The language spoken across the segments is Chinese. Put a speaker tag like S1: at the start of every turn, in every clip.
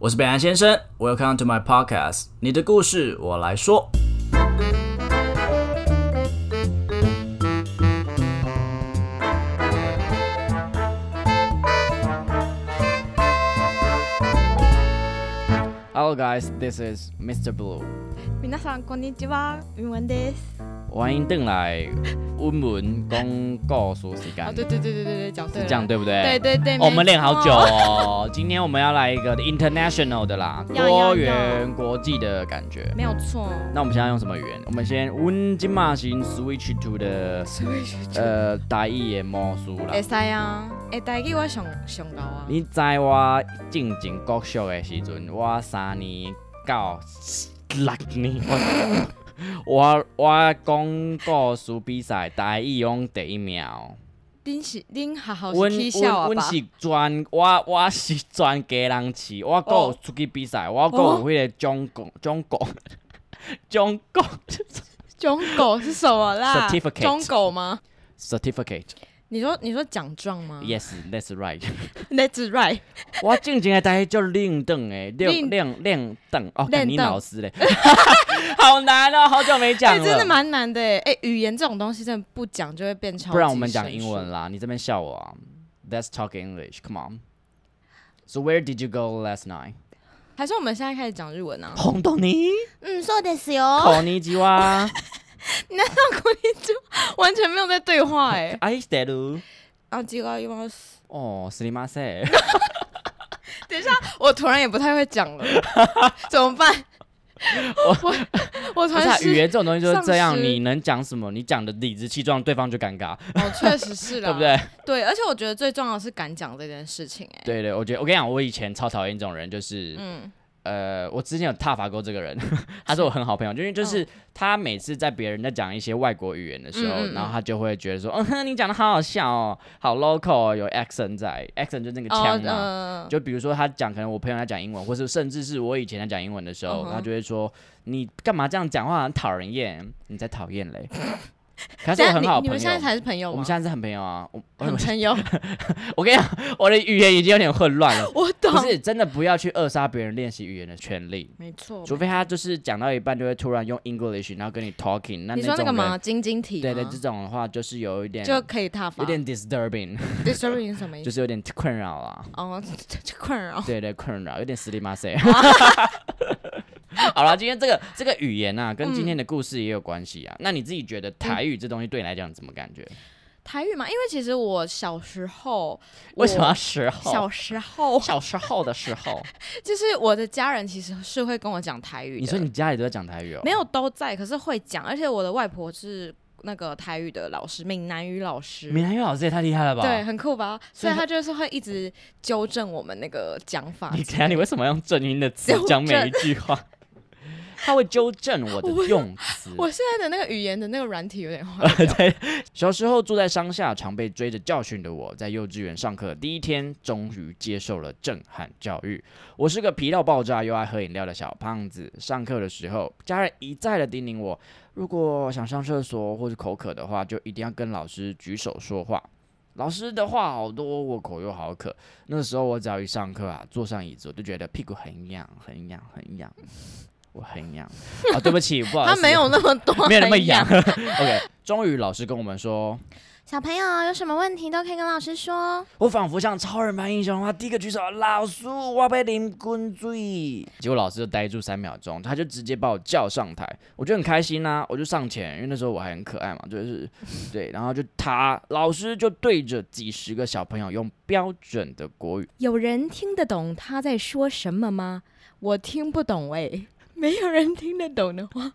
S1: 我是北岸先生，Welcome to my podcast，你的故事我来说。Hello guys, this is Mr. Blue。
S2: 皆さんこんにちは、云文です。
S1: 欢迎回来，温文公告说时间
S2: 哦，，对对对对对对，讲对
S1: 是
S2: 了，
S1: 这样对不对？
S2: 对对对，
S1: 哦我们练好久
S2: 没错。
S1: 哦。今天我们要来一个 international 的啦，
S2: 要要
S1: 多元国际的感觉。
S2: 没有错，
S1: 那我们现在用什么语言？我们先温金马型 switch to 的呃台语的魔术啦
S2: 会。使啊，会台语我上上高啊。
S1: 你知我进前国小的时阵，我三年到六年，我 我我讲故事比赛台语用第一名哦。
S2: 恁是恁学校
S1: 阮
S2: 是起笑啊
S1: 阮
S2: 吧？
S1: 是全我我是全家人饲，我阁有
S2: 哦
S1: 出去比赛，我阁有迄个中国中国中国
S2: 中狗是什么啦
S1: Certificate
S2: 中狗吗？
S1: certificate。
S2: 你说你说奖状吗
S1: Yes, that's right 。
S2: ？That's right。
S1: 我正经的台语叫令邓诶，令
S2: 令
S1: 令令邓哦，
S2: 令
S1: 肯定
S2: 邓
S1: 老师嘞， 好难哦，好久没讲
S2: 哎，
S1: 了。
S2: 真的蛮难的哎，哎，语言这种东西真的不讲就会变超。
S1: 不然我们讲英文。啦，你这边笑我啊。Let's talk English. Come on. So where did you go last night?
S2: 还是我们现在开始讲日文啊？
S1: 红豆泥，
S2: 嗯，そうですよ。
S1: 口尼基哇，
S2: 完全没有在对话哎。
S1: 爱してる。
S2: 啊，違います。
S1: 哦，すみません。
S2: 等一下，我突然也不太会讲 了，怎么办？我我我突
S1: 不是、啊
S2: 然、失
S1: 语言这种东西就是这样，
S2: 丧失
S1: 你能讲什么？你讲的理直气壮，对方就尴尬，
S2: 哦，确实是
S1: 对
S2: 啦，
S1: 不？对？
S2: 对，而且我觉得最重要的是敢讲这件事情、哎，
S1: 对对，我觉得我跟你讲，我以前超讨厌这种人，就是、
S2: 嗯，
S1: 呃，我之前有踏伐过这个 人，他是我很好朋友，因为
S2: 哦
S1: 就是他每次在别人在讲一些外国语言的时候，
S2: 嗯嗯嗯
S1: 然后他就会觉得说，嗯哼，你讲的好好笑哦，好 local，、哦、有 accent 在，accent 就是那个啊腔嘛。
S2: 呃，
S1: 就比如说他讲，可能我朋友在讲英文，或是甚至是我以前在讲英文的时候
S2: 嗯哼
S1: 他就会说你干嘛这样讲话，很讨人厌，你才讨厌嘞。 可是
S2: 等
S1: 我
S2: 一下
S1: 很好
S2: 呃你，你
S1: 的
S2: 们
S1: 朋
S2: 现在
S1: 友。啊
S2: 才是朋友吗？
S1: 我们现在是很朋友啊，我我
S2: 很 朋友，。
S1: 我跟你讲，我的语言已经有点混乱了
S2: 我 懂
S1: 不，是真的，不要去扼杀别人练习语言的权利，
S2: 没错。
S1: 除非他就是讲到一半就会突然用 English，然后跟你 talking，那
S2: 你
S1: 那
S2: 说
S1: 种
S2: 那个
S1: 人
S2: 嘛，晶晶体吗，
S1: 对对，这种的话就是有一点
S2: 就可以踏伐
S1: 有。点 disturbing，
S2: disturbing 是什么意
S1: 就
S2: 思？
S1: 是有点困扰啊。
S2: 哦， 这这困扰。
S1: 对对，困扰，有点实力马塞。
S2: 哦
S1: 好了，今天这个这个语言啊，跟
S2: 嗯
S1: 今天的故事也有关系啊。那你自己觉得台语这东西对你来讲怎么感觉？
S2: 台语嘛，因为其实我小时候，
S1: 为什
S2: 我
S1: 么时候
S2: 小？时候，
S1: 小时候的时 候，
S2: 就是我的家人其实是会跟我讲台语的。
S1: 你说你家里都在讲台语哦？
S2: 没有都在，可是会讲，而且我的外婆是那个台语的老师，闽南语老师，
S1: 闽南语老师也太厉害了吧？
S2: 对，，很酷吧？
S1: 所
S2: 所
S1: 以
S2: 以
S1: 他
S2: 她就是会一直纠正我们那个讲法之类
S1: 你
S2: 的。
S1: 等一下你为什么要用正音的词
S2: 纠
S1: 讲
S2: 正
S1: 每一句话？他会纠正我的用词。。
S2: 我现在的那个语言的那个软体有点坏
S1: 对，小时候住在乡下，常被追着教训的我，在幼稚园上课的第一天，终于接受了震撼教育。我是个疲到爆炸又爱喝饮料的小胖子。上课的时候，家人一再的叮咛我，如果想上厕所或是口渴的话，就一定要跟老师举手说话。老师的话好多，我口又好渴。那时候我只要一上课啊，坐上椅子我就觉得屁股很痒，很痒，很痒，我很痒。啊、对不起， 不好意
S2: 他
S1: 思，
S2: 没有那么多
S1: ，没有那么
S2: 很
S1: 痒。。OK，终于老师跟我们说，
S2: 小朋友有什么问题都可以跟老师说。
S1: 我仿佛像超人般英雄的话，第一个举手，老师，我被淋滚醉。结果老师就呆住三秒钟，他就直接把我叫上台，我就很开心呐、我就上前，因为那时候我还很可爱嘛，就是对，然后就他老师就对着几十个小朋友用标准的国语，
S2: 有人听得懂他在说什么吗？我听不懂哎、没有人听得懂的话，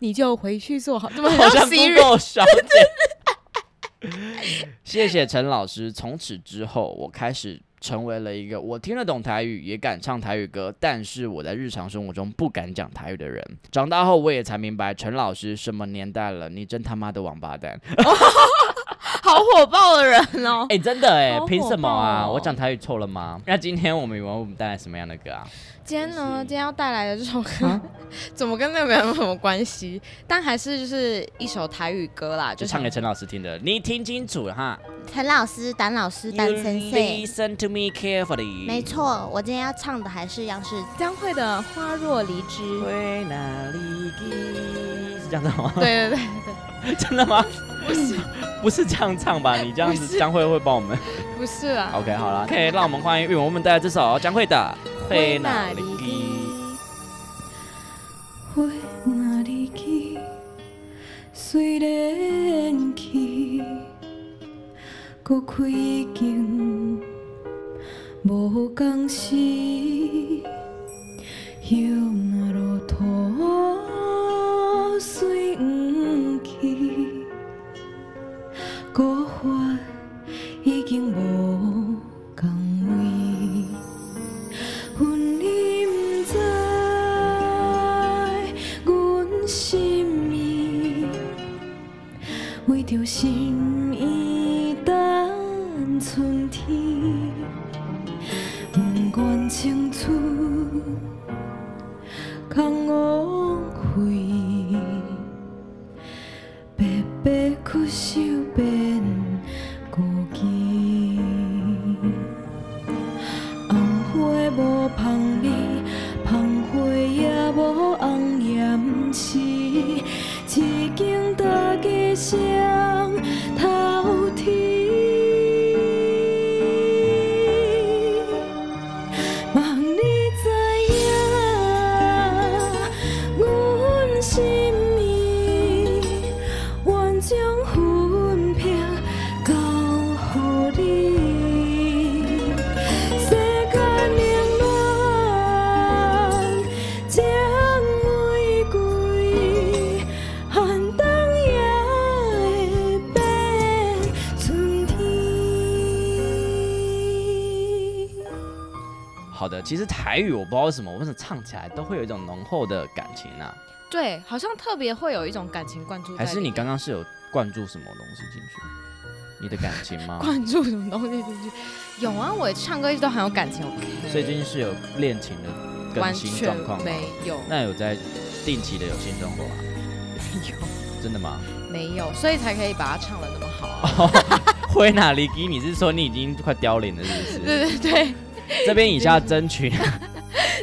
S2: 你就回去做好。怎么 很
S1: 好像
S2: Siri？
S1: Google 小姐。 谢谢陈老师，从此之后我开始成为了一个我听得懂台语，也敢唱台语歌，但是我在日常生活中不敢讲台语的人。长 大后我也才明白，陈老师什么年代了，你真他妈的王八蛋。
S2: 好火爆的人哦！
S1: 哎、真的哎、
S2: 好
S1: 凭什么啊？
S2: 火爆哦
S1: 我讲台语错了 吗？那今天我们有为我们带来什么样的歌啊？
S2: 今天呢，
S1: 是
S2: 今天要带来的这首歌，
S1: 啊
S2: 怎么跟那个没有什么关系？但还是就是一首台语歌啦，
S1: 就
S2: 就
S1: 唱
S2: 像
S1: 给陈老师听的，你听清楚了哈。
S2: 陈老师、Dan 老师、
S1: You listen to me carefully。
S3: 没。错，我今天要唱的还是央视
S2: 江蕙的《花若离枝》。
S1: 为哪里去？是这样唱吗？
S2: 对对对，
S1: 真的吗？不是， 不是这样唱吧？你这样
S2: 不
S1: 子，
S2: 是
S1: 江蕙会帮我们。
S2: 不是啊，
S1: OK，好了，OK，让我们欢迎我们带来这首江蕙的《
S2: 飞
S1: 飞哪里去》。
S4: 花若离去，虽然去，搁开间无共时。叶若落土，虽黄去，古花已经无共位。恨你不知，阮心意，为着心意等春天，不愿青春空枉费，白白苦守变孤寂。红花无香味，香花也无红颜色，一间大家双头天。望你知影，阮心意，愿将分片交予你。世间冷暖，将玫瑰，寒冬也会变春天。
S1: 好的，其实台语我不知道为什么，我为什么唱起来都会有一种浓厚的感情啊？
S2: 对，好像特别会有一种感情灌注在
S1: 还
S2: 里面，
S1: 是你刚刚是有灌注什么东西进去？你的感情 吗？
S2: 灌注什么东西进去？有啊，我唱歌一直都很有感情，OK。
S1: 所以最近是有恋情的更
S2: 完
S1: 新
S2: 全
S1: 状况吗？
S2: 没有，
S1: 那有在定期的有性生活 吗？真的吗？
S2: 没有，所以才可以把它唱的那么好
S1: 哦
S2: 啊。
S1: 灰哪里基，你是说你已经快凋零了，是不是？
S2: 对对对，
S1: 这边以下争取，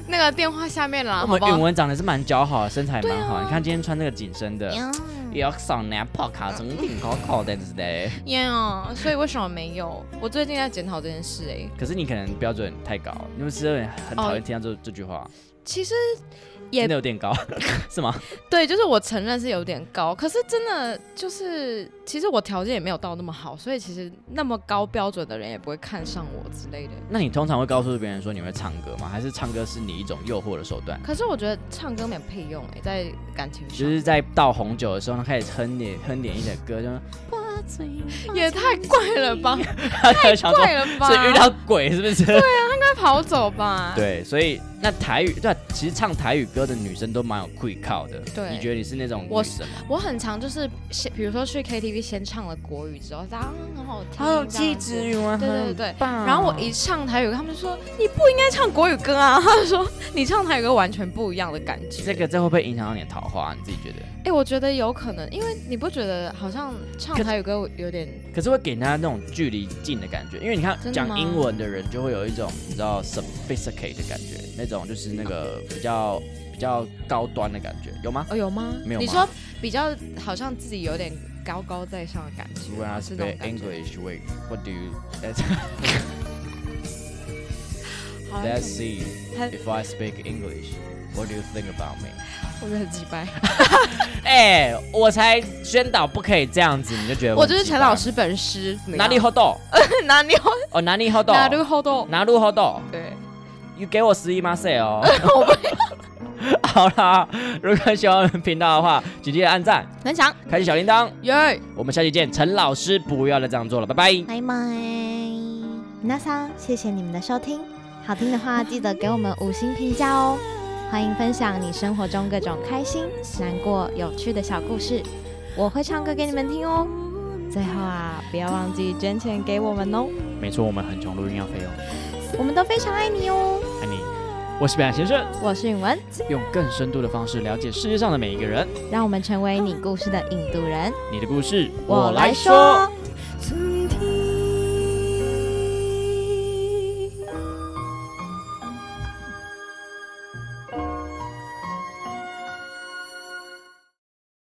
S2: 那个电话下面 啦，
S1: 我
S2: 好啊
S1: 们
S2: 不
S1: 允
S2: 好？
S1: 文长得是蛮姣好的，身材蛮好。你看今天穿那个紧身的，
S3: 呀？
S1: 要上那泡卡从顶高考的，是 的。
S2: 耶哦，所以为什么没有？我最近在检讨这件事哎、
S1: 可是你可能标准太高，你们是有点很讨厌听到这这句话，
S2: 其实哦也
S1: 真的有点 高，是吗？
S2: 对，就是我承认是有点高，可是真的就是，其实我条件也没有到那么好，所以其实那么高标准的人也不会看上我之类的。
S1: 那你通常会告诉别人说你会唱歌吗？还是唱歌是你一种诱惑的手段？
S2: 可是我觉得唱歌没配用哎、在感情上、
S1: 就是在倒红酒的时候，他开始哼点哼点一点歌，就
S2: 也太怪 了吧，
S1: 他想说
S2: 怪了吧，
S1: 是遇到鬼是不是？对
S2: 快跑走 吧。
S1: 所以那台语对啊，其实唱台语歌的女生都蛮有愧靠的。
S2: 对
S1: 你觉得你是那种女
S2: 我
S1: 生吗？
S2: 我很常就是先，比如说去 KTV 先唱了国语之后，大家嗯很好听，这样子
S1: 语文
S2: 对对对
S1: 棒
S2: 然后我一唱台语歌，他们就说你不应该唱国语歌啊， 他们说你唱台语歌完全不一样的感觉。
S1: 这个这会不会影响到你的桃花？你自己觉得？
S2: 哎、我觉得有可能，因为你不觉得好像唱
S1: 可
S2: 台语歌有点
S1: 可是会给人家那种距离近的感觉，因为你看
S2: 真的吗
S1: 讲英文的人就会有一种你知道 sophisticate 的感觉，那种就是那个
S2: 嗯
S1: 比较比较高端的感觉，有吗？
S2: 哦有吗？
S1: 没有
S2: 你
S1: 吗
S2: 说比较好像自己有点高高在上的感觉
S1: When I
S2: 吗，是那
S1: 啊 speak
S2: 种感觉。
S1: English, wait, what do you
S2: 好
S1: let's
S2: 像
S1: see?
S2: 他
S1: If I speak English, what do you think about me?
S2: 我觉得很鸡掰。
S1: 哎、我才宣导不可以这样子，你就觉得
S2: 我
S1: 很
S2: 就是
S1: 奇
S2: 陈
S1: 怪
S2: 老，师本师，怎么
S1: 哪里
S2: 样
S1: 好斗？
S2: 哪里好
S1: 哦，哪里好斗？
S2: 哪里好多？
S1: 哪路好斗？
S2: 对，
S1: 你给我十一吗？塞 哦！好啦，如果喜欢我们频道的话，请记得按赞、
S2: 能想
S1: 开启小铃铛。
S2: 耶。
S1: 我们下期见，陈老师不要再这样做了，拜拜。
S3: 拜拜，那桑，谢谢你们的收听。好听的话，记得给我们五星评价哦。欢迎分享你生活中各种开心、难过、有趣的小故事，我会唱歌给你们听哦。
S4: 最后啊，不要忘记捐钱给我们哦，
S1: 没错，我们很穷，录音要费用，
S4: 我们都非常爱你哦。
S1: 爱你。我是北岸先生，
S4: 我是允文，
S1: 用更深度的方式了解世界上的每一个人。
S4: 让我们成为你故事的引渡人。
S1: 你的故事，
S4: 我来说。